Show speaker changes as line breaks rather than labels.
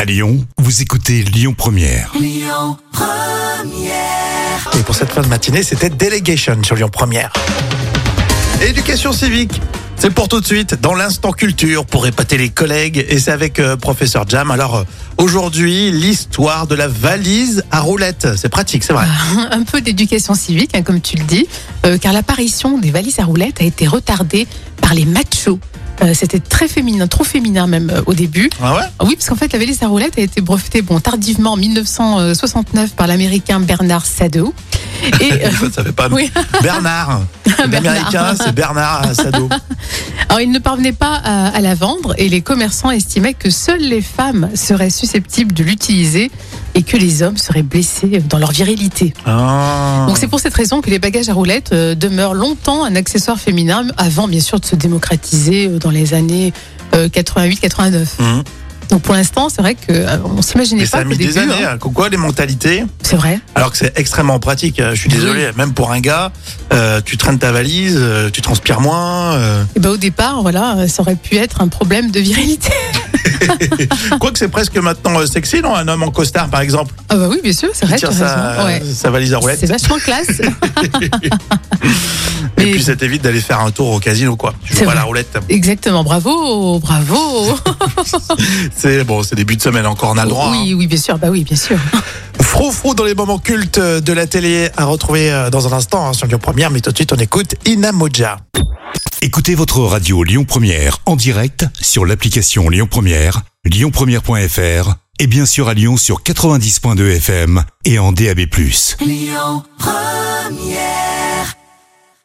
À Lyon, vous écoutez Lyon Première.
Et pour cette fin de matinée, c'était Delegation sur Lyon Première. Éducation civique, c'est pour tout de suite dans l'instant culture pour épater les collègues et c'est avec euh, professeur Jam. Alors euh, aujourd'hui, l'histoire de la valise à roulettes, c'est pratique, c'est vrai.
un peu d'éducation civique, hein, comme tu le dis, euh, car l'apparition des valises à roulettes a été retardée par les machos. Euh, C'était très féminin, trop féminin même euh, au début.
Ah ouais
Ah Oui, parce qu'en fait, la valise à roulettes a été brevetée bon, tardivement en 1969 par l'américain Bernard Sadeau. Et, euh,
Ça, ça fait pas
oui.
Bernard, l'américain, c'est Bernard Sado.
Alors, il ne parvenait pas à, à la vendre et les commerçants estimaient que seules les femmes seraient susceptibles de l'utiliser et que les hommes seraient blessés dans leur virilité.
Ah.
Donc c'est pour cette raison que les bagages à roulettes euh, demeurent longtemps un accessoire féminin, avant bien sûr de se démocratiser euh, dans les années 88-89.
Mhm.
Donc pour l'instant, c'est vrai qu'on on s'imaginait
Mais
pas
ça a
qu'au
mis des
début,
années,
hein,
hein, quoi, les mentalités
c'est vrai.
Alors que c'est extrêmement pratique, euh, je suis désolé, même pour un gars, euh, tu traînes ta valise, euh, tu transpires moins. euh,
Et ben au départ, voilà, euh, ça aurait pu être un problème de virilité.
Quoique c'est presque maintenant euh, sexy, non Un homme en costard, par exemple,
Ah bah oui, bien sûr, c'est
qui
vrai.
tire
tu as
sa,
raison. Ouais.
sa valise à roulette.
C'est vachement classe.
Et
Mais-
puis ça t'évite d'aller faire un tour au casino, quoi. Tu
C'est
joues pas à la
vrai.
roulette.
Exactement, bravo, bravo.
C'est bon, c'est début de semaine encore, on a le droit. hein.
oui, oui, bien sûr, bah oui, bien sûr.
Frou-frou dans les moments cultes de la télé à retrouver euh, dans un instant hein, sur Lyon Première, mais tout de suite on écoute Ina Moja.
Écoutez votre radio Lyon Première en direct sur l'application Lyon Première, lyonpremière.fr et bien sûr à Lyon sur 90.2 FM et en DAB+.